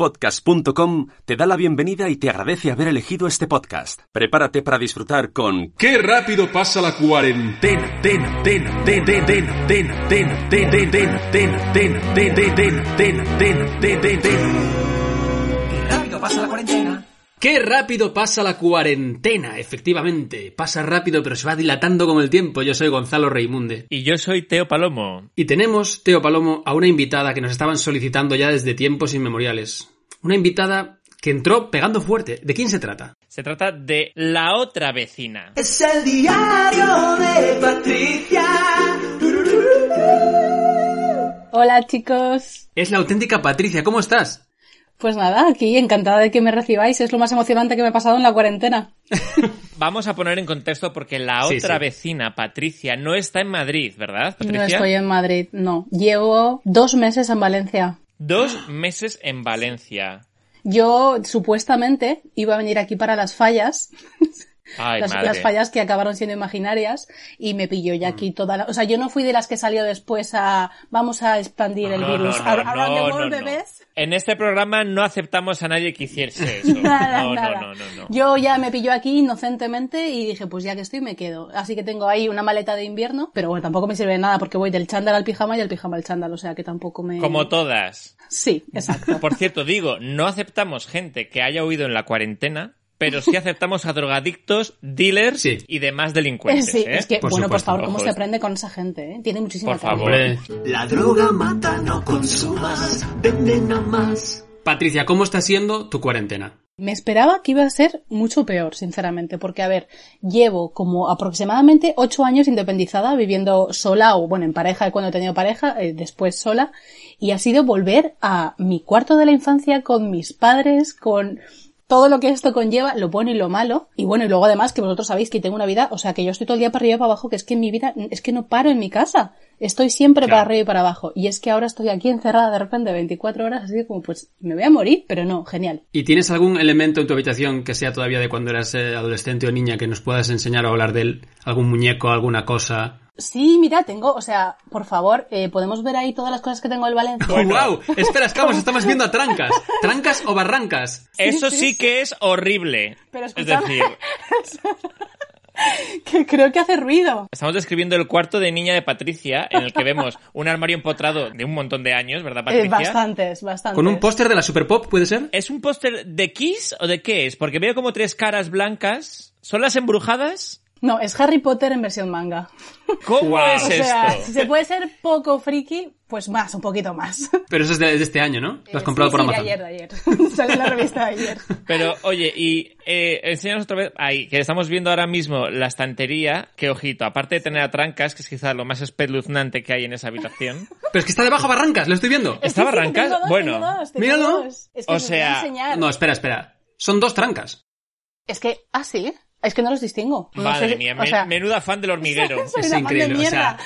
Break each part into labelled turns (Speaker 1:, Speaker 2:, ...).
Speaker 1: Naciónpodcast.com te da la bienvenida y te agradece haber elegido este podcast. Prepárate para disfrutar con
Speaker 2: ¡Qué rápido pasa la cuarentena! Tena, tena, tena, tena, tena, tena, tena, tena, tena, tena, tena, tena, tena, tena, tena, tena.
Speaker 3: Rápido pasa la cuarentena.
Speaker 4: ¡Qué rápido pasa la cuarentena! Efectivamente, pasa rápido pero se va dilatando con el tiempo. Yo soy Gonzalo Reimunde.
Speaker 5: Y yo soy Teo Palomo.
Speaker 4: Y tenemos, Teo Palomo, a una invitada que nos estaban solicitando ya desde tiempos inmemoriales. Una invitada que entró pegando fuerte. ¿De quién se trata?
Speaker 5: Se trata de la otra vecina.
Speaker 3: Es el diario de Patricia.
Speaker 6: Hola chicos.
Speaker 4: Es la auténtica Patricia. ¿Cómo estás?
Speaker 6: Pues nada, aquí encantada de que me recibáis. Es lo más emocionante que me ha pasado en la cuarentena.
Speaker 5: Vamos a poner en contexto porque la
Speaker 4: Sí,
Speaker 5: otra
Speaker 4: sí.
Speaker 5: vecina, Patricia, no está en Madrid, ¿verdad,
Speaker 6: No
Speaker 5: Patricia?
Speaker 6: estoy en Madrid, no. Llevo dos meses en Valencia.
Speaker 5: Dos meses en Valencia.
Speaker 6: Yo supuestamente iba a venir aquí para las fallas,
Speaker 5: Ay,
Speaker 6: las,
Speaker 5: madre.
Speaker 6: las fallas que acabaron siendo imaginarias, y me pilló ya aquí toda la... O sea, yo no fui de las que salió después a... Vamos a expandir el
Speaker 5: No,
Speaker 6: virus.
Speaker 5: no, no,
Speaker 6: Ar- around the
Speaker 5: no,
Speaker 6: world,
Speaker 5: no, no.
Speaker 6: bebés.
Speaker 5: En este programa no aceptamos a nadie que hiciese eso.
Speaker 6: Nada,
Speaker 5: no,
Speaker 6: nada.
Speaker 5: no, no, no, no.
Speaker 6: Yo ya me pilló aquí inocentemente y dije, pues ya que estoy me quedo. Así que tengo ahí una maleta de invierno, pero bueno, tampoco me sirve de nada porque voy del chándal al pijama y del pijama al chándal, o sea que tampoco me...
Speaker 5: Como todas.
Speaker 6: Sí, exacto.
Speaker 5: Por cierto, digo, no aceptamos gente que haya huido en la cuarentena, pero sí aceptamos a drogadictos, dealers
Speaker 4: Sí.
Speaker 5: y demás
Speaker 6: Eh,
Speaker 5: delincuentes.
Speaker 6: sí,
Speaker 5: ¿eh?
Speaker 6: es que,
Speaker 4: Por
Speaker 6: bueno, por
Speaker 4: supuesto,
Speaker 6: favor, ¿cómo
Speaker 5: ojo,
Speaker 6: se
Speaker 5: es-
Speaker 6: aprende con esa gente? eh? Tiene muchísima
Speaker 5: Por
Speaker 6: trampa.
Speaker 5: favor.
Speaker 4: Hombre.
Speaker 3: La droga mata, no consumas, venden a más.
Speaker 4: Patricia, ¿cómo está siendo tu cuarentena?
Speaker 6: Me esperaba que iba a ser mucho peor, sinceramente, porque, a ver, llevo como aproximadamente ocho años independizada, viviendo sola o, bueno, en pareja, cuando he tenido pareja, eh, después sola, y ha sido volver a mi cuarto de la infancia con mis padres, con todo lo que esto conlleva, lo bueno y lo malo, y bueno, y luego además que vosotros sabéis que tengo una vida, o sea, que yo estoy todo el día para arriba y para abajo, que es que en mi vida, es que no paro en mi casa, estoy siempre para
Speaker 5: Claro.
Speaker 6: arriba y para abajo, y es que ahora estoy aquí encerrada de repente 24 horas, así como, pues, me voy a morir, pero no, genial.
Speaker 4: ¿Y tienes algún elemento en tu habitación que sea todavía de cuando eras eh, adolescente o niña que nos puedas enseñar a hablar de él? ¿Algún muñeco, alguna cosa?
Speaker 6: Sí, mira, tengo, o sea, por favor, eh, podemos ver ahí todas las cosas que tengo del Valencia.
Speaker 4: ¡Wow! Espera, estamos, estamos viendo a trancas. ¿Trancas o barrancas?
Speaker 5: Eso
Speaker 6: Sí,
Speaker 5: sí,
Speaker 6: sí,
Speaker 5: que es horrible.
Speaker 6: Pero
Speaker 5: es
Speaker 6: escúchame.
Speaker 5: decir,
Speaker 6: Que creo que hace ruido.
Speaker 5: estamos describiendo el cuarto de niña de Patricia, en el que vemos un armario empotrado de un montón de años, ¿verdad,
Speaker 6: Eh,
Speaker 5: Patricia?
Speaker 6: bastantes, bastantes.
Speaker 4: ¿Con un póster de la Super Pop, puede ser?
Speaker 5: ¿Es un póster de Kiss o de qué es? Porque veo como tres caras blancas. ¿Son las embrujadas?
Speaker 6: No, es Harry Potter en versión manga.
Speaker 5: ¿Cómo
Speaker 4: Guau.
Speaker 5: es
Speaker 6: o sea,
Speaker 5: esto?
Speaker 6: si se puede ser poco friki, pues más, un poquito más.
Speaker 4: Pero eso es de, de este año, ¿no? Lo has
Speaker 6: Eh,
Speaker 4: comprado
Speaker 6: sí,
Speaker 4: por
Speaker 6: sí, de
Speaker 4: Amazon.
Speaker 6: ayer, de ayer. Salió en la revista de ayer.
Speaker 5: Pero, oye, y eh, enséñanos otra vez, ahí, que estamos viendo ahora mismo la estantería, que ojito, aparte de tener a trancas, que es quizás lo más espeluznante que hay en esa habitación,
Speaker 4: Pero es que está debajo Barrancas, lo estoy viendo.
Speaker 6: Es
Speaker 5: ¿Está
Speaker 6: que sí, que
Speaker 5: Barrancas?
Speaker 6: tengo dos,
Speaker 5: Bueno.
Speaker 6: tengo dos, tengo
Speaker 4: Míralo.
Speaker 6: dos. Es que
Speaker 5: O
Speaker 6: os los voy a
Speaker 5: sea,
Speaker 6: enseñar.
Speaker 4: No, espera, espera. Son dos trancas.
Speaker 6: Es que, ah, sí. Es que no los distingo. No
Speaker 5: madre
Speaker 6: sé-
Speaker 5: mía,
Speaker 6: o
Speaker 5: me-
Speaker 6: sea,
Speaker 5: menuda fan del hormiguero.
Speaker 6: soy
Speaker 4: Es
Speaker 6: una fan de
Speaker 4: increíble. O sea,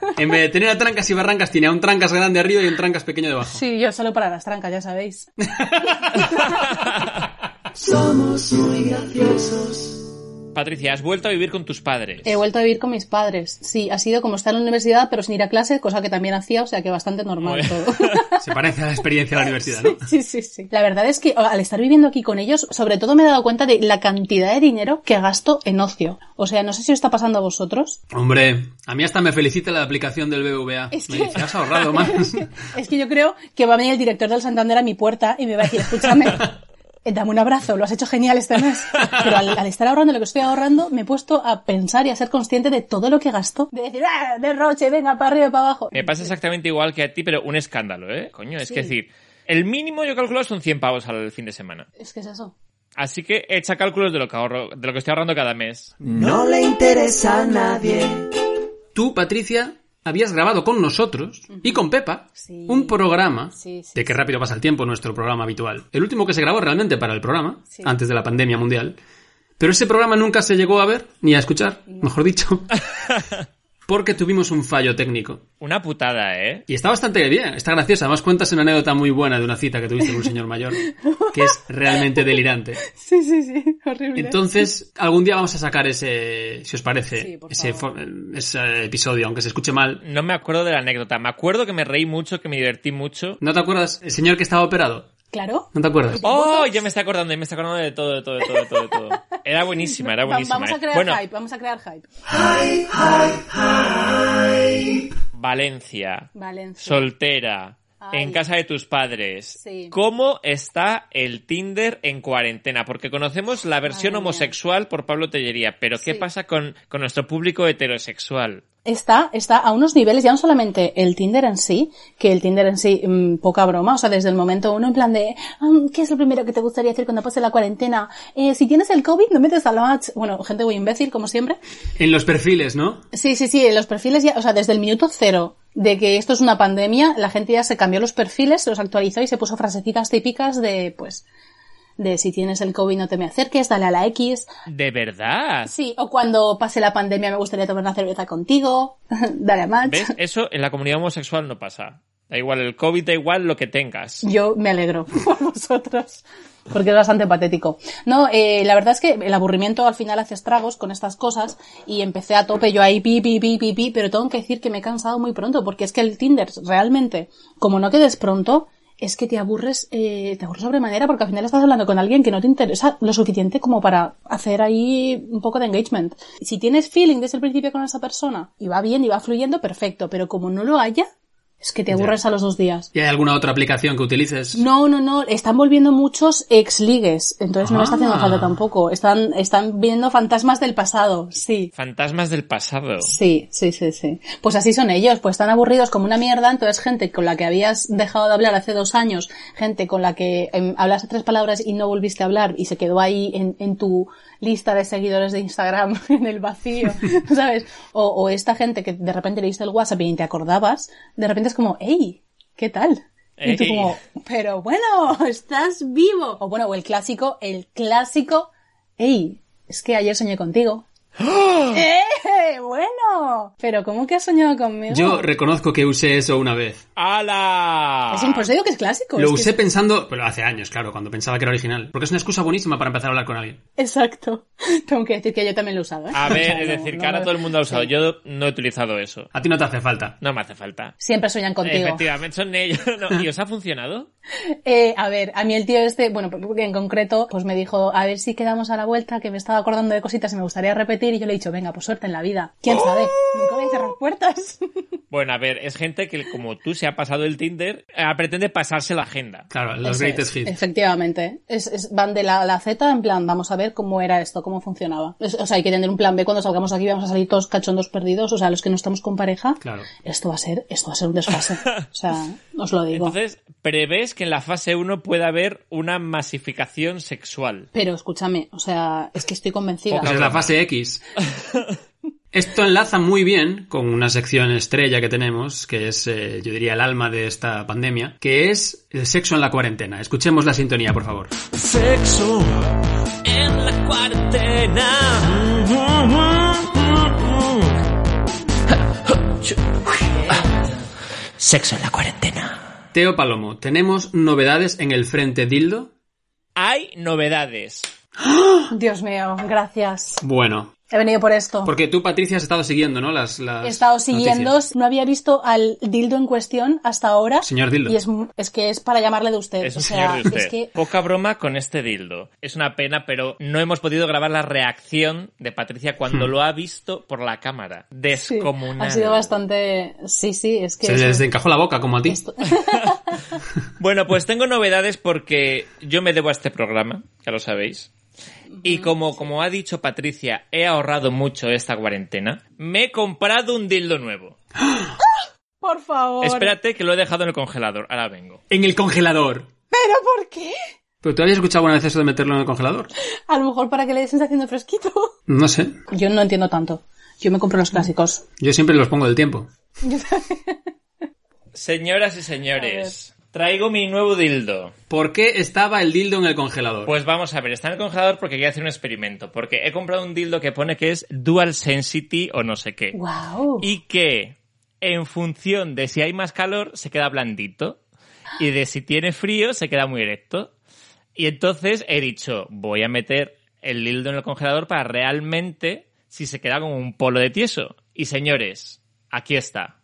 Speaker 6: mierda.
Speaker 4: en vez de tener a trancas y barrancas, tiene a un trancas grande arriba y un trancas pequeño debajo.
Speaker 6: Sí, yo solo para las trancas, ya sabéis.
Speaker 3: Somos muy graciosos.
Speaker 5: Patricia, has vuelto a vivir con tus padres.
Speaker 6: He vuelto a vivir con mis padres. Sí, ha sido como estar en la universidad, pero sin ir a clase, cosa que también hacía, o sea que bastante normal
Speaker 5: Muy
Speaker 6: todo.
Speaker 4: Se parece a la experiencia de la universidad, ¿no?
Speaker 6: Sí, sí, sí. La verdad es que o, al estar viviendo aquí con ellos, sobre todo me he dado cuenta de la cantidad de dinero que gasto en ocio. O sea, no sé si os está pasando a vosotros.
Speaker 4: Hombre, a mí hasta me felicita la aplicación del BBVA.
Speaker 6: Es
Speaker 4: Me
Speaker 6: que-
Speaker 4: dice, has ahorrado más.
Speaker 6: Es que yo creo que va a venir el director del Santander a mi puerta y me va a decir, escúchame, eh, dame un abrazo, lo has hecho genial este mes. Pero al, al estar ahorrando lo que estoy ahorrando, me he puesto a pensar y a ser consciente de todo lo que gasto. De decir, ah, derroche, venga, para arriba y para abajo.
Speaker 5: Me pasa exactamente igual que a ti, pero un escándalo, ¿eh? Coño, es
Speaker 6: Sí.
Speaker 5: que decir, el mínimo yo calculo son 100 pavos al fin de semana.
Speaker 6: Es que es eso.
Speaker 5: Así que echa cálculos de lo que ahorro, de lo que estoy ahorrando cada mes.
Speaker 3: No le interesa a nadie.
Speaker 4: Tú, Patricia, habías grabado con nosotros y con Pepa
Speaker 6: Sí.
Speaker 4: un programa
Speaker 6: Sí, sí,
Speaker 4: de qué rápido pasa el tiempo, nuestro programa habitual. El último que se grabó realmente para el programa,
Speaker 6: Sí.
Speaker 4: antes de la pandemia mundial. Pero ese programa nunca se llegó a ver, ni a escuchar, mejor dicho. Porque tuvimos un fallo técnico.
Speaker 5: Una putada, ¿eh?
Speaker 4: Y está bastante bien, está graciosa. Además, cuentas una anécdota muy buena de una cita que tuviste con un señor mayor, que es realmente delirante.
Speaker 6: Sí, sí, sí, horrible.
Speaker 4: Entonces, algún día vamos a sacar ese, si os parece,
Speaker 6: Sí, por
Speaker 4: ese,
Speaker 6: favor.
Speaker 4: fo- ese episodio, aunque se escuche mal.
Speaker 5: No me acuerdo de la anécdota. Me acuerdo que me reí mucho, que me divertí mucho.
Speaker 4: ¿No te acuerdas? El señor que estaba operado.
Speaker 6: Claro.
Speaker 4: ¿No te acuerdas?
Speaker 5: ¡Oh! Ya me está acordando, ya me está acordando de todo, de todo, de todo, de todo. de todo. Era buenísima, era
Speaker 6: Va-
Speaker 5: buenísima.
Speaker 6: vamos a
Speaker 5: ¿eh?
Speaker 6: crear
Speaker 5: Bueno,
Speaker 6: hype, vamos a crear hype.
Speaker 5: Valencia,
Speaker 6: Valencia.
Speaker 5: soltera,
Speaker 6: Ay.
Speaker 5: en casa de tus padres.
Speaker 6: Sí.
Speaker 5: ¿Cómo está el Tinder en cuarentena? Porque conocemos la versión
Speaker 6: Madre mía.
Speaker 5: homosexual por Pablo Tellería, pero ¿qué
Speaker 6: Sí.
Speaker 5: pasa con, con nuestro público heterosexual?
Speaker 6: Está, está a unos niveles, ya no solamente el Tinder en sí, que el Tinder en sí, mm, poca broma, o sea, desde el momento uno en plan de, "Mm, ¿qué es lo primero que te gustaría hacer cuando pase la cuarentena? Eh, si tienes el COVID, no metes al match. Bueno, gente muy imbécil, como siempre.
Speaker 4: En los perfiles, ¿no?
Speaker 6: Sí, sí, sí, los perfiles ya, o sea, desde el minuto cero de que esto es una pandemia, la gente ya se cambió los perfiles, se los actualizó y se puso frasecitas típicas de, pues, de si tienes el COVID no te me acerques, dale a la X.
Speaker 5: ¿De verdad?
Speaker 6: Sí, o cuando pase la pandemia me gustaría tomar una cerveza contigo, dale a match.
Speaker 5: ¿Ves? Eso en la comunidad homosexual no pasa. Da igual el COVID, da igual lo que tengas.
Speaker 6: Yo me alegro por vosotros, porque es bastante patético. No, eh, la verdad es que el aburrimiento al final hace estragos con estas cosas y empecé a tope yo ahí, pi, pi, pi, pi, pi, pero tengo que decir que me he cansado muy pronto, porque es que el Tinder realmente, como no quedes pronto, es que te aburres, eh, te aburres sobremanera porque al final estás hablando con alguien que no te interesa lo suficiente como para hacer ahí un poco de engagement. Si tienes feeling desde el principio con esa persona y va bien y va fluyendo, perfecto, pero como no lo haya, es que te aburres a los dos días.
Speaker 4: ¿Y hay alguna otra aplicación que utilices?
Speaker 6: No, no, no. Están volviendo muchos exligues. Entonces no me está haciendo
Speaker 4: Ah.
Speaker 6: falta tampoco. Están, están viendo fantasmas del pasado. Sí.
Speaker 5: Fantasmas del pasado.
Speaker 6: Sí, sí, sí, sí. Pues así son ellos, pues están aburridos como una mierda, entonces gente con la que habías dejado de hablar hace dos años, gente con la que em, hablaste tres palabras y no volviste a hablar y se quedó ahí en, en tu lista de seguidores de Instagram en el vacío, ¿sabes? O, o esta gente que de repente leíste el WhatsApp y ni te acordabas, de repente es como, hey, ¿qué tal? Y tú
Speaker 5: Ey.
Speaker 6: como, pero bueno, estás vivo. O bueno, o el clásico, el clásico, hey, es que ayer soñé contigo.
Speaker 5: ¡Ah!
Speaker 6: ¡Eh! ¡Bueno! Pero ¿cómo que has soñado conmigo?
Speaker 4: Yo reconozco que usé eso una vez.
Speaker 5: ¡Hala!
Speaker 6: Es un pues digo que es clásico.
Speaker 4: Lo
Speaker 6: es que
Speaker 4: usé
Speaker 6: es-
Speaker 4: pensando, pero hace años, claro, cuando pensaba que era original. Porque es una excusa buenísima para empezar a hablar con alguien.
Speaker 6: Exacto. Tengo que decir que yo también lo he usado. ¿eh?
Speaker 5: A ver,
Speaker 6: O sea,
Speaker 5: es
Speaker 6: no-
Speaker 5: decir,
Speaker 6: no
Speaker 5: que ahora
Speaker 6: me-
Speaker 5: todo el mundo ha usado.
Speaker 6: Sí.
Speaker 5: Yo no he utilizado eso.
Speaker 4: A ti no te hace falta.
Speaker 5: No me hace falta.
Speaker 6: Siempre sueñan contigo.
Speaker 5: Efectivamente, son ellos. No, ¿Y os ha funcionado?
Speaker 6: Eh, a ver, a mí el tío este, bueno, porque en concreto, pues me dijo, a ver si quedamos a la vuelta, que me estaba acordando de cositas y me gustaría repetir, y yo le he dicho, venga, pues suerte en la vida. ¿Quién sabe?
Speaker 5: ¡Ah!
Speaker 6: Nunca voy a cerrar puertas.
Speaker 5: Bueno, a ver, es gente que como tú se ha pasado el Tinder, eh, pretende pasarse la agenda.
Speaker 4: Claro, los
Speaker 6: Eso
Speaker 4: greatest
Speaker 6: es,
Speaker 4: hits.
Speaker 6: Efectivamente. Es, es- van de la, a la Z en plan, vamos a ver cómo era esto, cómo funcionaba. Es- o sea, hay que tener un plan B cuando salgamos aquí, vamos a salir todos cachondos perdidos, o sea, los que no estamos con pareja.
Speaker 4: Claro.
Speaker 6: Esto va a ser, esto va a ser un desfase. O sea, os lo digo.
Speaker 5: Entonces, prevés que en la fase 1 pueda haber una masificación sexual.
Speaker 6: Pero escúchame, o sea, es que estoy convencida.
Speaker 4: Esa Pues es la fase X. Esto enlaza muy bien con una sección estrella que tenemos, que es, eh, yo diría, el alma de esta pandemia, que es el sexo en la cuarentena. Escuchemos la sintonía, por favor.
Speaker 7: Sexo en la cuarentena. Sexo en la cuarentena.
Speaker 4: Teo Palomo, ¿tenemos novedades en el frente dildo?
Speaker 5: Hay novedades.
Speaker 6: Dios mío, gracias.
Speaker 4: Bueno,
Speaker 6: He venido por esto.
Speaker 4: porque tú, Patricia, has estado siguiendo, ¿no? Las, las
Speaker 6: He estado siguiendo,
Speaker 4: noticias.
Speaker 6: no había visto al dildo en cuestión hasta ahora.
Speaker 4: Señor dildo.
Speaker 6: Y es, mu- es que es para llamarle de usted.
Speaker 5: Es un
Speaker 6: Eh, o sea,
Speaker 5: señor de usted.
Speaker 6: es que
Speaker 5: Poca broma con este dildo. Es una pena, pero no hemos podido grabar la reacción de Patricia
Speaker 7: Hmm.
Speaker 5: cuando lo ha visto por la cámara.
Speaker 6: sí,
Speaker 5: Descomunal.
Speaker 6: ha sido bastante. Sí, sí, es que.
Speaker 4: Se
Speaker 6: es-
Speaker 4: les encajó la boca, como a ti.
Speaker 6: esto-
Speaker 5: Bueno, pues tengo novedades porque yo me debo a este programa, ya lo sabéis. Y como, como ha dicho Patricia, he ahorrado mucho esta cuarentena. Me he comprado un dildo nuevo.
Speaker 6: Por favor.
Speaker 5: Espérate que lo he dejado en el congelador. Ahora vengo.
Speaker 4: En el congelador.
Speaker 6: ¿Pero por qué?
Speaker 4: ¿Pero tú habías escuchado alguna vez eso de meterlo en el congelador?
Speaker 6: A lo mejor para que le dé sensación de fresquito.
Speaker 4: No sé.
Speaker 6: Yo no entiendo tanto. Yo me compro los clásicos.
Speaker 4: Yo siempre los pongo del tiempo.
Speaker 5: Señoras y señores, traigo mi nuevo dildo.
Speaker 4: ¿Por qué estaba el dildo en el congelador?
Speaker 5: Pues vamos a ver, está en el congelador porque quería hacer un experimento. Porque he comprado un dildo que pone que es Dual Sensity o no sé qué.
Speaker 6: Wow.
Speaker 5: y que en función de si hay más calor se queda blandito y de si tiene frío se queda muy erecto. Y entonces he dicho, voy a meter el dildo en el congelador para realmente si se queda como un polo de tieso. Y señores, aquí está.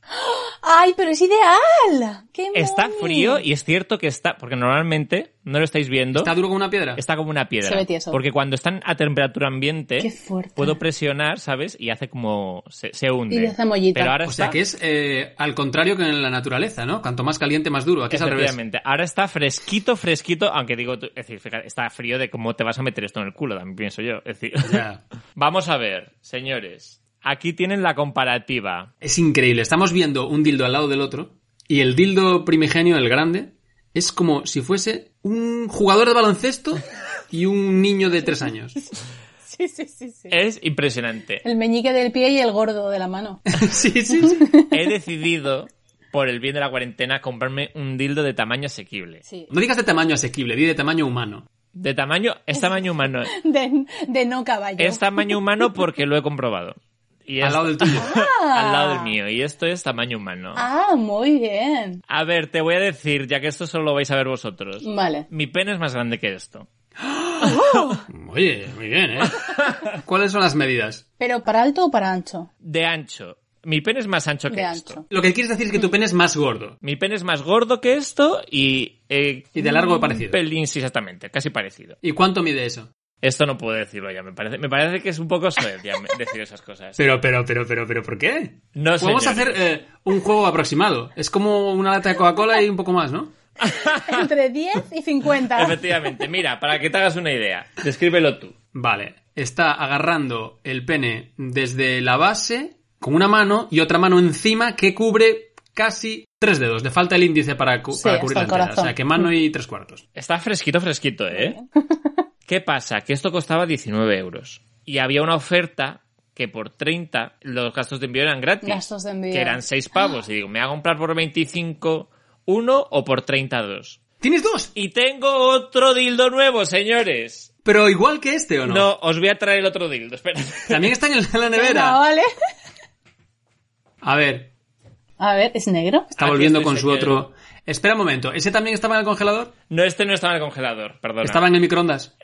Speaker 6: ¡Ay, pero es ideal! ¡Qué
Speaker 5: Está
Speaker 6: moni!
Speaker 5: frío y es cierto que está, porque normalmente no lo estáis viendo,
Speaker 4: ¿Está
Speaker 5: está,
Speaker 4: duro como una piedra?
Speaker 5: como una piedra.
Speaker 6: Se ve tieso.
Speaker 5: Porque cuando están a temperatura ambiente,
Speaker 6: ¡Qué fuerte!
Speaker 5: ¿eh? puedo presionar, ¿sabes? Y hace como se, se hunde.
Speaker 6: Y hace mollita.
Speaker 5: Pero ahora
Speaker 4: O
Speaker 5: está,
Speaker 4: sea que es eh, al contrario que en la naturaleza, ¿no? Cuanto más caliente, más duro. Aquí es al revés.
Speaker 5: efectivamente, ahora está fresquito, fresquito, aunque digo, tú- es decir, fíjate, está frío de cómo te vas a meter esto en el culo, también pienso yo. Es decir,
Speaker 4: Ya.
Speaker 5: vamos a ver, señores, aquí tienen la comparativa.
Speaker 4: Es increíble. Estamos viendo un dildo al lado del otro y el dildo primigenio, el grande, es como si fuese un jugador de baloncesto y un niño de tres años.
Speaker 6: Sí, sí, sí, sí.
Speaker 5: Es impresionante.
Speaker 6: El meñique del pie y el gordo de la mano.
Speaker 4: Sí, sí, sí.
Speaker 5: He decidido, por el bien de la cuarentena, comprarme un dildo de tamaño asequible.
Speaker 6: Sí.
Speaker 4: No digas de tamaño asequible, di de tamaño humano.
Speaker 5: De tamaño, es tamaño humano.
Speaker 6: De, de no caballo.
Speaker 5: Es tamaño humano porque lo he comprobado. Y
Speaker 4: Al
Speaker 5: es-
Speaker 4: lado del tuyo.
Speaker 5: al lado del mío. Y esto es tamaño humano.
Speaker 6: Ah, muy bien.
Speaker 5: A ver, te voy a decir, ya que esto solo lo vais a ver vosotros.
Speaker 6: Vale.
Speaker 5: Mi pene es más grande que esto.
Speaker 4: Oye, muy bien, ¿eh? ¿Cuáles son las medidas?
Speaker 6: ¿Pero para alto o para ancho?
Speaker 5: De ancho. Mi pene es más ancho que
Speaker 6: De
Speaker 5: esto.
Speaker 6: ancho.
Speaker 4: Lo que quieres decir es que tu pene es más gordo
Speaker 5: Mi pene es más gordo que esto y... eh,
Speaker 4: y de largo
Speaker 5: un
Speaker 4: parecido.
Speaker 5: pelín, sí, exactamente, casi parecido.
Speaker 4: ¿Y cuánto mide eso?
Speaker 5: Esto no puedo decirlo ya, me parece, me parece que es un poco soez ya me- decir esas cosas.
Speaker 4: Pero, pero, pero, pero, pero, ¿por qué?
Speaker 5: No,
Speaker 4: Pues Vamos a
Speaker 5: señor.
Speaker 4: hacer eh, un juego aproximado. Es como una lata de Coca-Cola y un poco más, ¿no?
Speaker 6: Entre 10 y 50.
Speaker 5: Efectivamente, mira, para que te hagas una idea, descríbelo tú.
Speaker 4: Vale. Está agarrando el pene desde la base con una mano y otra mano encima que cubre casi tres dedos. Le falta el índice para, cu-
Speaker 6: Sí,
Speaker 4: para cubrir
Speaker 6: hasta
Speaker 4: la
Speaker 6: el
Speaker 4: entera.
Speaker 6: corazón.
Speaker 4: O sea, que mano y tres cuartos.
Speaker 5: Está fresquito, fresquito, ¿eh? ¿Qué pasa? Que esto costaba 19 euros. Y había una oferta que por 30 los gastos de envío eran gratis.
Speaker 6: Gastos de envío.
Speaker 5: Que eran 6 pavos. Y digo, ¿me voy a comprar por 25 uno o por 30 dos?
Speaker 4: ¿Tienes dos?
Speaker 5: Y tengo otro dildo nuevo, señores.
Speaker 4: Pero igual que este, ¿o no?
Speaker 5: No, os voy a traer el otro dildo, espera.
Speaker 4: También está en el- en la
Speaker 6: Venga,
Speaker 4: nevera.
Speaker 6: vale.
Speaker 4: A ver,
Speaker 6: A ver, ¿es negro?
Speaker 4: está
Speaker 5: Aquí
Speaker 4: volviendo
Speaker 5: estoy,
Speaker 4: con su
Speaker 5: señor.
Speaker 4: otro... Espera un momento. ¿Ese también estaba en el congelador?
Speaker 5: No, este no estaba en el congelador, perdona.
Speaker 4: Estaba en el microondas.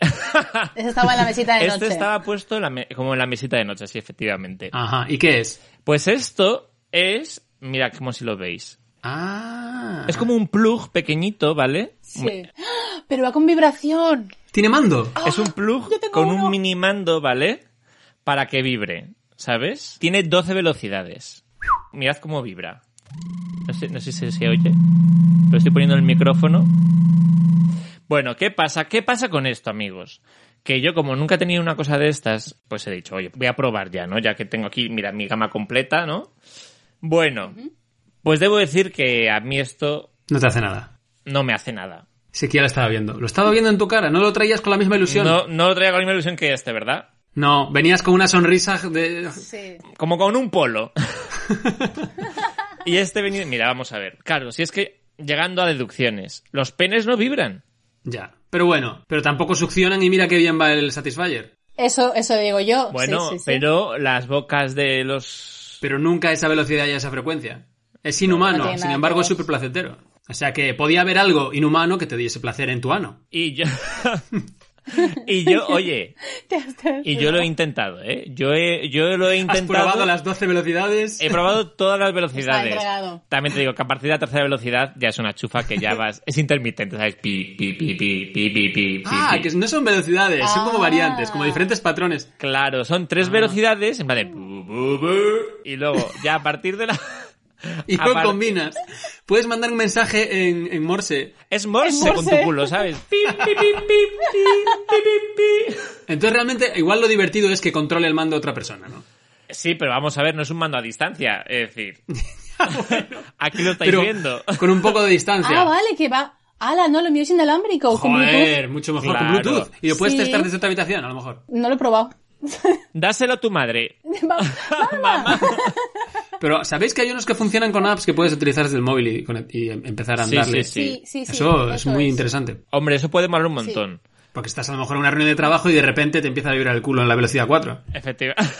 Speaker 6: Ese estaba en la mesita de
Speaker 5: este
Speaker 6: noche.
Speaker 5: estaba puesto en la me- como en la mesita de noche, sí, efectivamente.
Speaker 4: Ajá. ¿Y qué es?
Speaker 5: Pues esto es... Mira, como si lo veis.
Speaker 4: Ah.
Speaker 5: Es como un plug pequeñito, ¿vale?
Speaker 6: Sí. ¡Ah! Pero va con vibración.
Speaker 4: ¿Tiene mando?
Speaker 5: Es un plug
Speaker 6: Ah, yo tengo
Speaker 5: con
Speaker 6: uno.
Speaker 5: un mini mando, ¿vale? Para que vibre, ¿sabes? Tiene 12 velocidades. Mirad cómo vibra. No sé, no sé si se oye, pero estoy poniendo el micrófono. Bueno, ¿qué pasa? ¿Qué pasa con esto, amigos? Que yo, como nunca he tenido una cosa de estas, pues he dicho, oye, voy a probar ya, ¿no? Ya que tengo aquí, mira, mi gama completa, ¿no? Bueno, pues debo decir que a mí esto
Speaker 4: No te hace nada.
Speaker 5: no me hace nada.
Speaker 4: Siquiera lo estaba viendo. Lo estaba viendo en tu cara, no lo traías con la misma ilusión.
Speaker 5: No, no lo traigo la misma ilusión que este, ¿verdad?
Speaker 4: No, venías con una sonrisa de...
Speaker 6: Sí.
Speaker 5: como con un polo. y este venido, mira, vamos a ver. Claro, si es que llegando a deducciones, los penes no vibran.
Speaker 4: Ya. Pero bueno, pero tampoco succionan y mira qué bien va el Satisfyer.
Speaker 6: Eso, eso digo yo.
Speaker 5: Bueno,
Speaker 6: Oh, Sí, sí, sí.
Speaker 5: pero las bocas de los
Speaker 4: Pero nunca a esa velocidad y a esa frecuencia. Es inhumano,
Speaker 6: No tiene
Speaker 4: sin
Speaker 6: nada que
Speaker 4: embargo
Speaker 6: ver.
Speaker 4: es súper placentero. O sea que podía haber algo inhumano que te diese placer en tu ano.
Speaker 5: y yo y yo, oye,
Speaker 6: Te has- te has-
Speaker 5: y yo lo he intentado, ¿eh? Yo he, yo lo he
Speaker 4: Has
Speaker 5: intentado.
Speaker 4: probado las 12 velocidades.
Speaker 6: Eh,
Speaker 5: He probado todas las velocidades.
Speaker 6: entregado.
Speaker 5: También te digo que a partir de la tercera velocidad ya es una chufa que ya vas. Es intermitente, ¿sabes? Pi, pi, pi, pi, pi, pi, pi,
Speaker 4: Ah,
Speaker 5: pi.
Speaker 4: que no son velocidades, son como
Speaker 6: Ah.
Speaker 4: variantes, como diferentes patrones.
Speaker 5: Claro, son tres velocidades en plan de bu, bu, bu,
Speaker 6: Eh.
Speaker 5: y luego ya a partir de la
Speaker 4: Y
Speaker 5: a
Speaker 4: luego
Speaker 5: par-
Speaker 4: combinas. Puedes mandar un mensaje en, en Morse.
Speaker 5: es morse,
Speaker 6: Es
Speaker 5: con
Speaker 6: morse.
Speaker 5: tu culo, ¿sabes? Pim, pim, pim, pim, pim, pim, pim, pim.
Speaker 4: Entonces realmente igual lo divertido es que controle el mando a otra persona, ¿no?
Speaker 5: Sí, pero vamos a ver, no es un mando a distancia, es decir, aquí lo estáis
Speaker 4: Pero
Speaker 5: viendo.
Speaker 4: Con un poco de distancia.
Speaker 6: Ah, vale, que va. Ala, no, lo mío es inalámbrico. con Bluetooth.
Speaker 4: Joder, mucho mejor con
Speaker 5: Claro.
Speaker 4: Bluetooth. Y lo puedes
Speaker 6: Sí.
Speaker 4: testar desde otra habitación, a lo mejor.
Speaker 6: No lo he probado.
Speaker 5: Dáselo a tu madre.
Speaker 6: Va-
Speaker 5: Mamá.
Speaker 4: Pero ¿sabéis que hay unos que funcionan con apps que puedes utilizar desde el móvil y, con- y em- empezar a
Speaker 5: Sí,
Speaker 4: andarle?
Speaker 5: sí,
Speaker 6: Sí, sí, sí.
Speaker 4: Eso es muy
Speaker 6: es.
Speaker 4: interesante.
Speaker 5: Hombre, eso puede molar un montón.
Speaker 4: Porque estás a lo mejor en una reunión de trabajo y de repente te empieza a vibrar el culo en la velocidad 4.
Speaker 5: Efectivamente.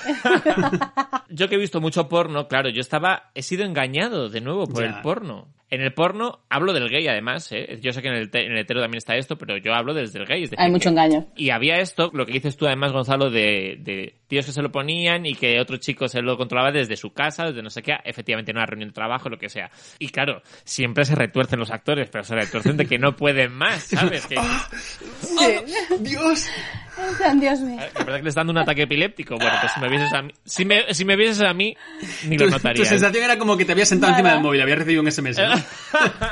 Speaker 5: yo que he visto mucho porno, claro, yo estaba, he sido engañado de nuevo por
Speaker 4: Ya.
Speaker 5: el porno. En el porno hablo del gay, además. ¿eh? Yo sé que en el, te- en el hetero también está esto, pero yo hablo desde el gay. es decir,
Speaker 6: Hay mucho
Speaker 5: que-
Speaker 6: engaño.
Speaker 5: Y había esto, lo que dices tú además, Gonzalo, de, de tíos que se lo ponían y que otro chico se lo controlaba desde su casa, desde no sé qué, efectivamente en una reunión de trabajo, lo que sea. Y claro, siempre se retuercen los actores, pero se retuercen de que no pueden más, ¿sabes? Que,
Speaker 4: ¡Dios!
Speaker 6: En plan, Dios mío.
Speaker 5: la verdad que les dando un ataque epiléptico. Bueno, pues si me vieses a mí, si me, si me vieses a mí ni lo
Speaker 4: Tu, tu
Speaker 5: notarías.
Speaker 4: sensación era como que te habías sentado encima
Speaker 6: Nada.
Speaker 4: del móvil, habías recibido un SMS.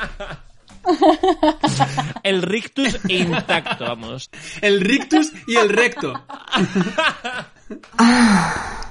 Speaker 4: ¿no?
Speaker 5: El rictus intacto, vamos.
Speaker 4: El rictus y el recto.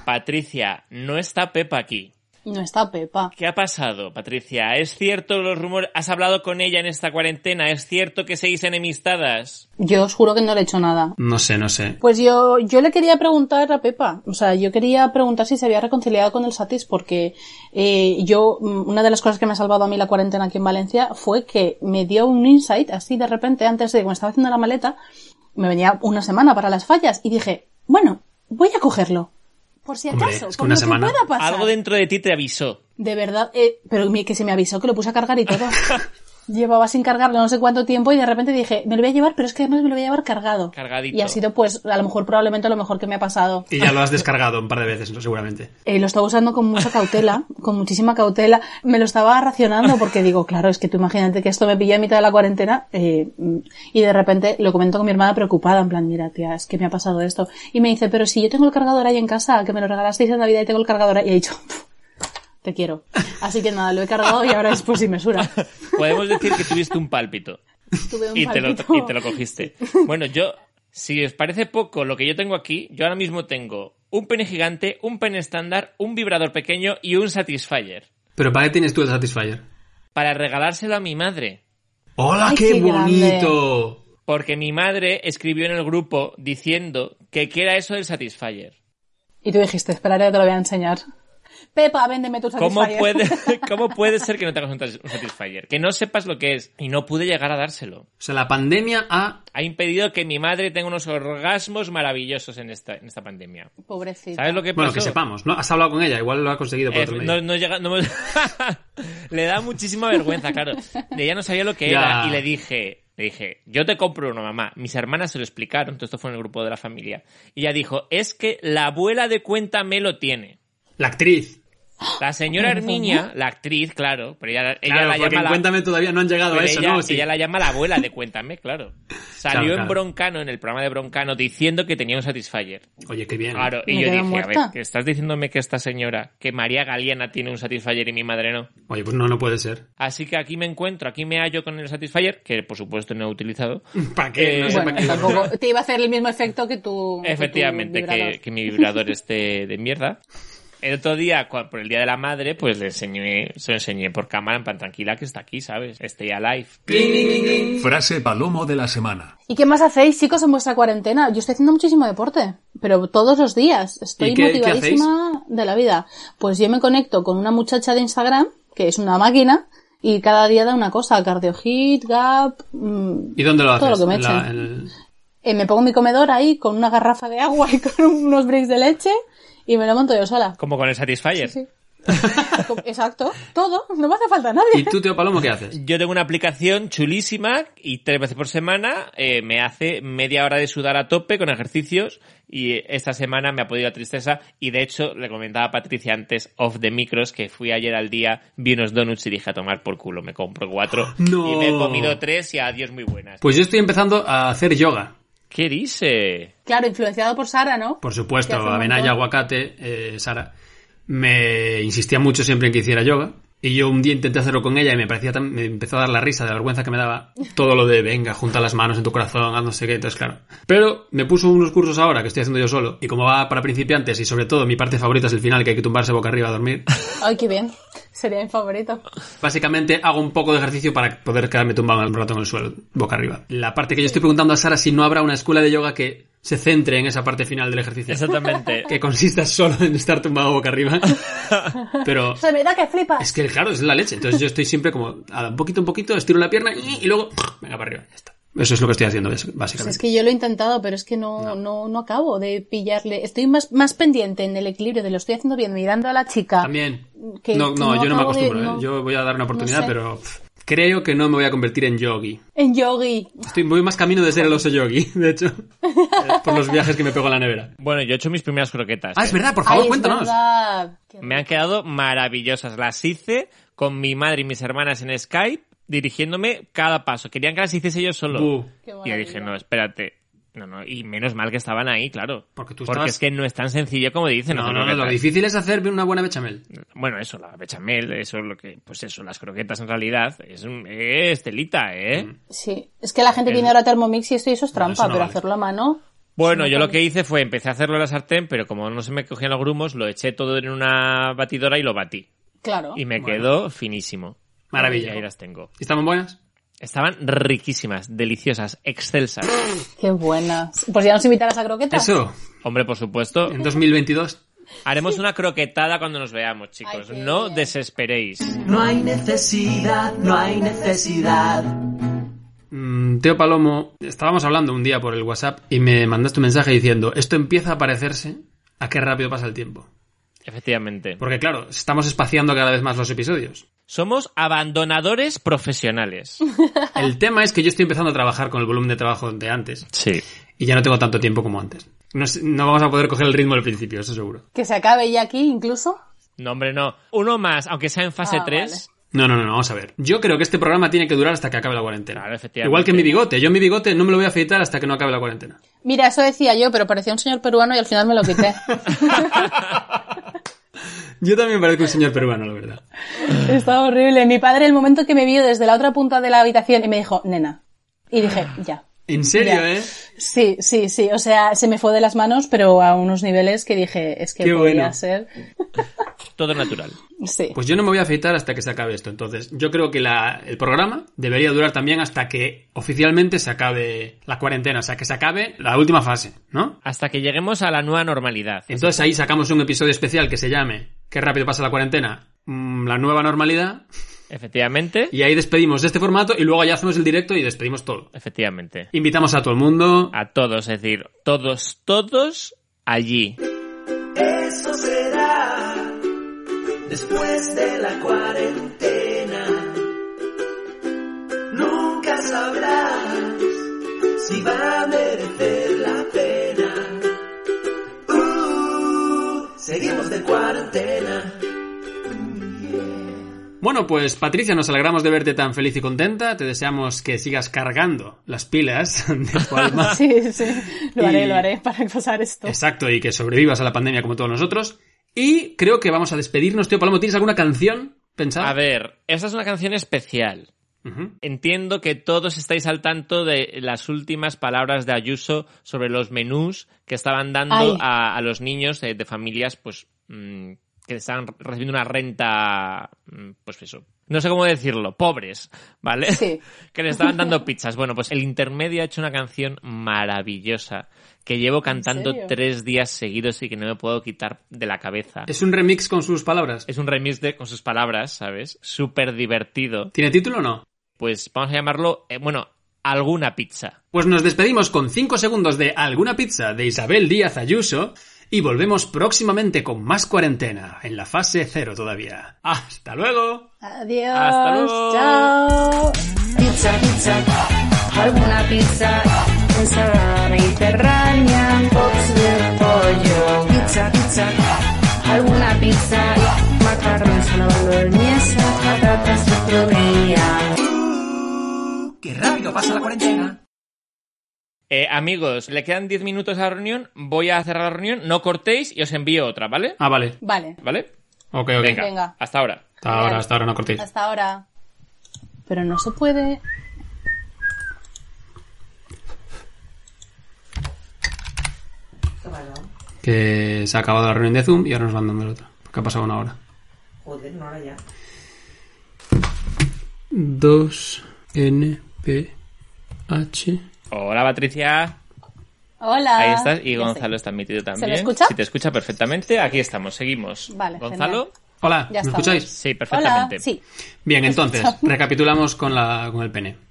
Speaker 5: Patricia, no está Pepa aquí.
Speaker 6: No está Pepa.
Speaker 5: ¿Qué ha pasado, Patricia? ¿Es cierto los rumores? ¿Has hablado con ella en esta cuarentena? ¿Es cierto que seguís enemistadas?
Speaker 6: Yo os juro que no le he hecho nada.
Speaker 4: No sé, no sé.
Speaker 6: Pues yo, yo le quería preguntar a Pepa, o sea, yo quería preguntar si se había reconciliado con el Satis, porque eh, yo, mm, una de las cosas que me ha salvado a mí la cuarentena aquí en Valencia fue que me dio un insight así de repente, antes de cuando estaba haciendo la maleta, me venía una semana para las fallas y dije, bueno, voy a cogerlo. Por si
Speaker 4: Hombre,
Speaker 6: acaso,
Speaker 4: es que
Speaker 6: por
Speaker 4: una
Speaker 6: lo que
Speaker 4: semana.
Speaker 6: pueda pasar.
Speaker 5: Algo dentro de ti te avisó.
Speaker 6: De verdad, eh, pero mi- que se me avisó que lo puse a cargar y todo. Llevaba sin cargarlo no sé cuánto tiempo y de repente dije, me lo voy a llevar, pero es que además me lo voy a llevar cargado.
Speaker 5: Cargadito.
Speaker 6: Y ha sido pues, a lo mejor probablemente lo mejor que me ha pasado.
Speaker 4: Y ya lo has descargado un par de veces, ¿no? seguramente.
Speaker 6: Eh, lo estaba usando con mucha cautela, con muchísima cautela. Me lo estaba racionando porque digo, claro, es que tú imagínate que esto me pilla en mitad de la cuarentena eh, mm, y de repente lo comento con mi hermana preocupada, en plan, mira, tía, es que me ha pasado esto. Y me dice, pero si yo tengo el cargador ahí en casa, que me lo regalasteis en Navidad y tengo el cargador ahí. Y he dicho, "Pf, te quiero. Así que nada, lo he cargado y ahora es por si mesura.
Speaker 5: Podemos decir que tuviste un pálpito.
Speaker 6: Tuve un
Speaker 5: y, te lo,
Speaker 6: palpito.
Speaker 5: y te lo cogiste. Bueno, yo, si os parece poco lo que yo tengo aquí, yo ahora mismo tengo un pene gigante, un pene estándar, un vibrador pequeño y un satisfier.
Speaker 4: Pero para qué tienes tú el Satisfyer.
Speaker 5: Para regalárselo a mi madre.
Speaker 4: ¡Hola,
Speaker 6: Ay,
Speaker 4: qué,
Speaker 6: qué grande.
Speaker 4: bonito!
Speaker 5: Porque mi madre escribió en el grupo diciendo que quiera eso del satisfier.
Speaker 6: Y tú dijiste, esperaré, te lo voy a enseñar. Pepa, véndeme tu
Speaker 5: ¿Cómo
Speaker 6: Satisfyer.
Speaker 5: puede, ¿Cómo puede ser que no tengas un satis- un satisfier? Que no sepas lo que es. Y no pude llegar a dárselo.
Speaker 4: O sea, la pandemia ha...
Speaker 5: Ha impedido que mi madre tenga unos orgasmos maravillosos en esta, en esta pandemia.
Speaker 6: Pobrecita.
Speaker 5: ¿Sabes lo que
Speaker 4: Bueno,
Speaker 5: pasó?
Speaker 4: que sepamos, ¿no? Has hablado con ella, igual lo ha conseguido por
Speaker 5: Eh,
Speaker 4: otro medio.
Speaker 5: no, no llega- no me- le da muchísima vergüenza, claro. Ella no sabía lo que
Speaker 4: Ya.
Speaker 5: era y le dije, le dije, yo te compro uno, mamá. Mis hermanas se lo explicaron, todo esto fue en el grupo de la familia. Y ella dijo, es que la abuela de cuenta me lo tiene.
Speaker 4: La actriz.
Speaker 5: La señora Herminia, la actriz, claro, pero ella, ella
Speaker 4: claro,
Speaker 5: la
Speaker 4: porque
Speaker 5: llama
Speaker 4: en
Speaker 5: la-
Speaker 4: Cuéntame todavía no han llegado
Speaker 5: pero
Speaker 4: a eso,
Speaker 5: ella,
Speaker 4: ¿no? Sí.
Speaker 5: ella la llama la abuela de Cuéntame, claro. Salió
Speaker 4: Claro,
Speaker 5: en
Speaker 4: claro.
Speaker 5: Broncano, en el programa de Broncano, diciendo que tenía un Satisfyer.
Speaker 4: Oye, qué bien.
Speaker 5: Claro, y
Speaker 6: Me
Speaker 5: yo
Speaker 6: quedo
Speaker 5: dije,
Speaker 6: muerta.
Speaker 5: a ver, ¿que ¿estás diciéndome que esta señora, que María Galiana tiene un Satisfyer y mi madre no?
Speaker 4: Oye, pues no, no puede ser.
Speaker 5: Así que aquí me encuentro, aquí me hallo con el Satisfyer, que por supuesto no he utilizado.
Speaker 4: ¿Para qué? No
Speaker 5: Eh,
Speaker 4: sé
Speaker 6: Bueno,
Speaker 4: para qué.
Speaker 6: tampoco te iba a hacer el mismo efecto que tú.
Speaker 5: Efectivamente, que, que mi vibrador esté de mierda. El otro día, cua- por el Día de la Madre, pues le enseñé, se lo enseñé por cámara, en plan tranquila, que está aquí, ¿sabes? Stay alive.
Speaker 2: Frase palomo de la semana.
Speaker 6: ¿Y qué más hacéis, chicos, en vuestra cuarentena? Yo estoy haciendo muchísimo deporte, pero todos los días. Estoy
Speaker 4: ¿Y qué- qué
Speaker 6: motivadísima de la vida. Pues yo me conecto con una muchacha de Instagram, que es una máquina, y cada día da una cosa: cardio hit, gap. mm,
Speaker 4: ¿Y dónde lo haces?
Speaker 6: Todo lo que me
Speaker 4: En la-
Speaker 6: echen.
Speaker 4: en el-
Speaker 6: Eh, me pongo mi comedor ahí con una garrafa de agua y con unos bricks de leche y me lo monto yo sola.
Speaker 5: Como con el Satisfyer.
Speaker 6: Sí. Exacto, todo, no me hace falta nadie.
Speaker 4: ¿Y tú, Teo Palomo, qué haces?
Speaker 5: Yo tengo una aplicación chulísima y tres veces por semana eh, me hace media hora de sudar a tope con ejercicios y eh, esta semana me ha podido la tristeza y de hecho le comentaba a Patricia antes off the micros que fui ayer al día, vi unos donuts y dije a tomar por culo, me compro cuatro
Speaker 4: ¡No!
Speaker 5: y me he comido tres y adiós muy buenas.
Speaker 4: Pues yo estoy empezando a hacer yoga.
Speaker 5: ¿Qué dice?
Speaker 6: Claro, influenciado por Sara, ¿no?
Speaker 4: Por
Speaker 6: Que
Speaker 4: supuesto,
Speaker 6: hace un
Speaker 4: avena y
Speaker 6: montón.
Speaker 4: aguacate, eh, Sara. Me insistía mucho siempre en que hiciera yoga. Y yo un día intenté hacerlo con ella y me parecía tan- me empezó a dar la risa de la vergüenza que me daba todo lo de venga, junta las manos en tu corazón, haz no sé qué, entonces claro. Pero me puso unos cursos ahora que estoy haciendo yo solo y como va para principiantes y sobre todo mi parte favorita es el final que hay que tumbarse boca arriba a dormir,
Speaker 6: Ay, qué bien. Sería mi favorito.
Speaker 4: Básicamente hago un poco de ejercicio para poder quedarme tumbado un rato en el suelo, boca arriba. La parte que yo estoy preguntando a Sara si no habrá una escuela de yoga que se centre en esa parte final del ejercicio.
Speaker 5: Exactamente.
Speaker 4: Que consista solo en estar tumbado boca arriba. Pero
Speaker 6: Se me da que flipas.
Speaker 4: es que claro, es la leche. Entonces yo estoy siempre como a un poquito, un poquito, estiro la pierna y, y luego venga para arriba. Ya está. Eso es lo que estoy haciendo,
Speaker 6: Pues
Speaker 4: básicamente.
Speaker 6: es que yo lo he intentado, pero es que no, no. no, acabo de pillarle. Estoy más, más pendiente en el equilibrio de lo estoy haciendo bien, mirando a la chica.
Speaker 4: También.
Speaker 6: que-
Speaker 4: no,
Speaker 6: que
Speaker 4: no, yo no me
Speaker 6: acabo de-
Speaker 4: acostumbro. ¿eh?
Speaker 6: no.
Speaker 4: Yo voy a dar una oportunidad,
Speaker 6: sé.
Speaker 4: pero pff, creo que no me voy a convertir en yogi.
Speaker 6: En yogi.
Speaker 4: Estoy muy más camino de ser el oso yogi, de hecho, eh, por los viajes que me pego a la nevera.
Speaker 5: Bueno, yo he hecho mis primeras croquetas.
Speaker 4: Ah,
Speaker 5: ¿eh?
Speaker 4: es verdad, por favor,
Speaker 6: Ay, es
Speaker 4: cuéntanos. Mm.
Speaker 6: verdad. Qué
Speaker 5: Me han quedado maravillosas. Las hice con mi madre y mis hermanas en Skype, dirigiéndome cada paso. Querían que las hiciese yo solo.
Speaker 4: Bu.
Speaker 6: Qué
Speaker 5: y yo
Speaker 6: maravilla.
Speaker 5: dije, no, espérate. No, no, y menos mal que estaban ahí, claro.
Speaker 4: Porque tú
Speaker 5: Porque
Speaker 4: estabas-
Speaker 5: es que no es tan sencillo como dicen.
Speaker 4: No,
Speaker 5: hacer
Speaker 4: no, no, lo
Speaker 5: croquetas.
Speaker 4: difícil es hacer una buena bechamel.
Speaker 5: Bueno, eso, la bechamel, eso es lo que... Pues eso, las croquetas en realidad es, un, es telita, ¿eh?
Speaker 4: Mm.
Speaker 6: Sí, es que la gente tiene ahora Thermomix y esto y eso es trampa,
Speaker 4: eso no
Speaker 6: pero
Speaker 4: vale.
Speaker 6: hacerlo a mano.
Speaker 5: Bueno, yo lo que hice fue, empecé a hacerlo en la sartén, pero como no se me cogían los grumos, lo eché todo en una batidora y lo batí.
Speaker 6: Claro.
Speaker 5: Y me quedó finísimo. Y
Speaker 4: Maravilla.
Speaker 5: ahí las tengo.
Speaker 4: ¿Y ¿Estaban buenas?
Speaker 5: Estaban riquísimas, deliciosas, excelsas.
Speaker 6: Qué buenas. Pues ya nos invitarás a croquetas.
Speaker 4: Eso,
Speaker 5: Hombre, por supuesto.
Speaker 4: en 2022.
Speaker 5: Haremos una croquetada cuando nos veamos, chicos.
Speaker 6: Ay, qué
Speaker 5: no
Speaker 6: bien.
Speaker 5: desesperéis.
Speaker 3: No hay necesidad, no hay necesidad.
Speaker 4: Mm, Teo Palomo, estábamos hablando un día por el WhatsApp y me mandaste un mensaje diciendo, esto empieza a parecerse a qué rápido pasa el tiempo.
Speaker 5: Efectivamente.
Speaker 4: Porque claro, estamos espaciando cada vez más los episodios.
Speaker 5: Somos abandonadores profesionales.
Speaker 4: El tema es que yo estoy empezando a trabajar con el volumen de trabajo de antes
Speaker 5: Sí.
Speaker 4: y ya no tengo tanto tiempo como antes. No, sé- no vamos a poder coger el ritmo del principio, eso seguro.
Speaker 6: Que se acabe ya aquí incluso.
Speaker 5: No, hombre, no. Uno más, aunque sea en fase
Speaker 6: Ah,
Speaker 5: 3.
Speaker 4: No, no, no, no, vamos a ver. Yo creo que este programa tiene que durar hasta que acabe la cuarentena.
Speaker 5: Claro, efectivamente.
Speaker 4: Igual que mi bigote. Yo mi bigote no me lo voy a afeitar hasta que no acabe la cuarentena.
Speaker 6: Mira, eso decía yo, pero parecía un señor peruano y al final me lo quité.
Speaker 4: Yo también parezco un señor peruano, la verdad.
Speaker 6: Está horrible. Mi padre, el momento que me vio desde la otra punta de la habitación y me dijo, nena. Y dije, ya.
Speaker 4: En serio,
Speaker 6: Ya.
Speaker 4: ¿eh?
Speaker 6: Sí, sí, sí. O sea, se me fue de las manos, pero a unos niveles que dije, es que
Speaker 4: Qué
Speaker 6: podía
Speaker 4: bueno.
Speaker 6: ser.
Speaker 5: Todo natural.
Speaker 6: Sí.
Speaker 4: Pues yo no me voy a afeitar hasta que se acabe esto. Entonces, yo creo que la- el programa debería durar también hasta que oficialmente se acabe la cuarentena, o sea, que se acabe la última fase, ¿no?
Speaker 5: Hasta que lleguemos a la nueva normalidad.
Speaker 4: Entonces ahí sacamos un episodio especial que se llame Qué rápido pasa la cuarentena, Mm, la nueva normalidad,
Speaker 5: Efectivamente.
Speaker 4: y ahí despedimos de este formato y luego ya hacemos el directo y despedimos todo.
Speaker 5: Efectivamente.
Speaker 4: Invitamos a todo el mundo.
Speaker 5: A todos, es decir, todos, todos allí.
Speaker 3: Eso será después de la cuarentena. Nunca sabrás si va a merecer la pena. Uh, seguimos de cuarentena.
Speaker 4: Bueno, pues Patricia, nos alegramos de verte tan feliz y contenta. Te deseamos que sigas cargando las pilas de tu alma.
Speaker 6: Sí, sí. Lo haré,
Speaker 4: Pues Y-
Speaker 6: lo haré para pasar esto.
Speaker 4: Exacto, y que sobrevivas a la pandemia como todos nosotros. Y creo que vamos a despedirnos, tío Palomo. ¿Tienes alguna canción pensada?
Speaker 5: A ver, esta es una canción especial.
Speaker 4: Ujú.
Speaker 5: Entiendo que todos estáis al tanto de las últimas palabras de Ayuso sobre los menús que estaban
Speaker 6: Ay.
Speaker 5: dando a, a los niños de, de familias, pues, mm, que estaban recibiendo una renta, mm, pues eso. No sé cómo decirlo, pobres, ¿vale?
Speaker 6: Sí.
Speaker 5: que le estaban dando pizzas. Bueno, pues el intermedio ha hecho una canción maravillosa que llevo cantando
Speaker 6: serio?
Speaker 5: tres días seguidos y que no me puedo quitar de la cabeza.
Speaker 4: Es un remix con sus palabras.
Speaker 5: Es un remix de, con sus palabras, ¿sabes? Súper divertido.
Speaker 4: ¿Tiene título o no?
Speaker 5: Pues vamos a llamarlo, eh, bueno, alguna pizza.
Speaker 4: Pues nos despedimos con 5 segundos de Alguna Pizza de Isabel Díaz Ayuso y volvemos próximamente con más cuarentena, en la fase cero todavía. ¡Hasta luego!
Speaker 6: Adiós.
Speaker 5: Hasta luego.
Speaker 6: Chao.
Speaker 8: pizza, pizza, alguna pizza, ensalada mediterránea, box de pollo, pizza, pizza, alguna pizza, macarrones a la boloñesa, patatas de otro día.
Speaker 3: Qué rápido pasa la cuarentena.
Speaker 5: Eh, amigos, le quedan 10 minutos a la reunión, voy a cerrar la reunión, no cortéis y os envío otra, ¿vale?
Speaker 4: Ah, vale.
Speaker 6: Vale.
Speaker 5: ¿Vale?
Speaker 4: Ok, ok.
Speaker 5: Venga,
Speaker 6: Venga.
Speaker 5: hasta ahora.
Speaker 4: Hasta ahora, hasta ahora no cortéis.
Speaker 6: Hasta ahora. Pero no se puede.
Speaker 4: Que se ha acabado la reunión de Zoom y ahora nos van dando el otro. Porque ha pasado una hora.
Speaker 3: Joder, no ahora ya.
Speaker 4: 2 NPH.
Speaker 5: Hola, Patricia.
Speaker 6: Hola.
Speaker 5: Ahí estás. Y
Speaker 6: Ah, Ya
Speaker 5: Gonzalo
Speaker 6: estoy.
Speaker 5: está metido también.
Speaker 6: me escucha?
Speaker 5: Si te escucha perfectamente, aquí estamos, seguimos.
Speaker 6: Vale,
Speaker 5: Gonzalo.
Speaker 6: genial.
Speaker 4: Hola,
Speaker 6: Ya
Speaker 4: ¿me
Speaker 6: estamos.
Speaker 4: escucháis?
Speaker 5: Sí, perfectamente.
Speaker 6: Hola. Sí.
Speaker 4: Bien, entonces, recapitulamos con, la, con el pene.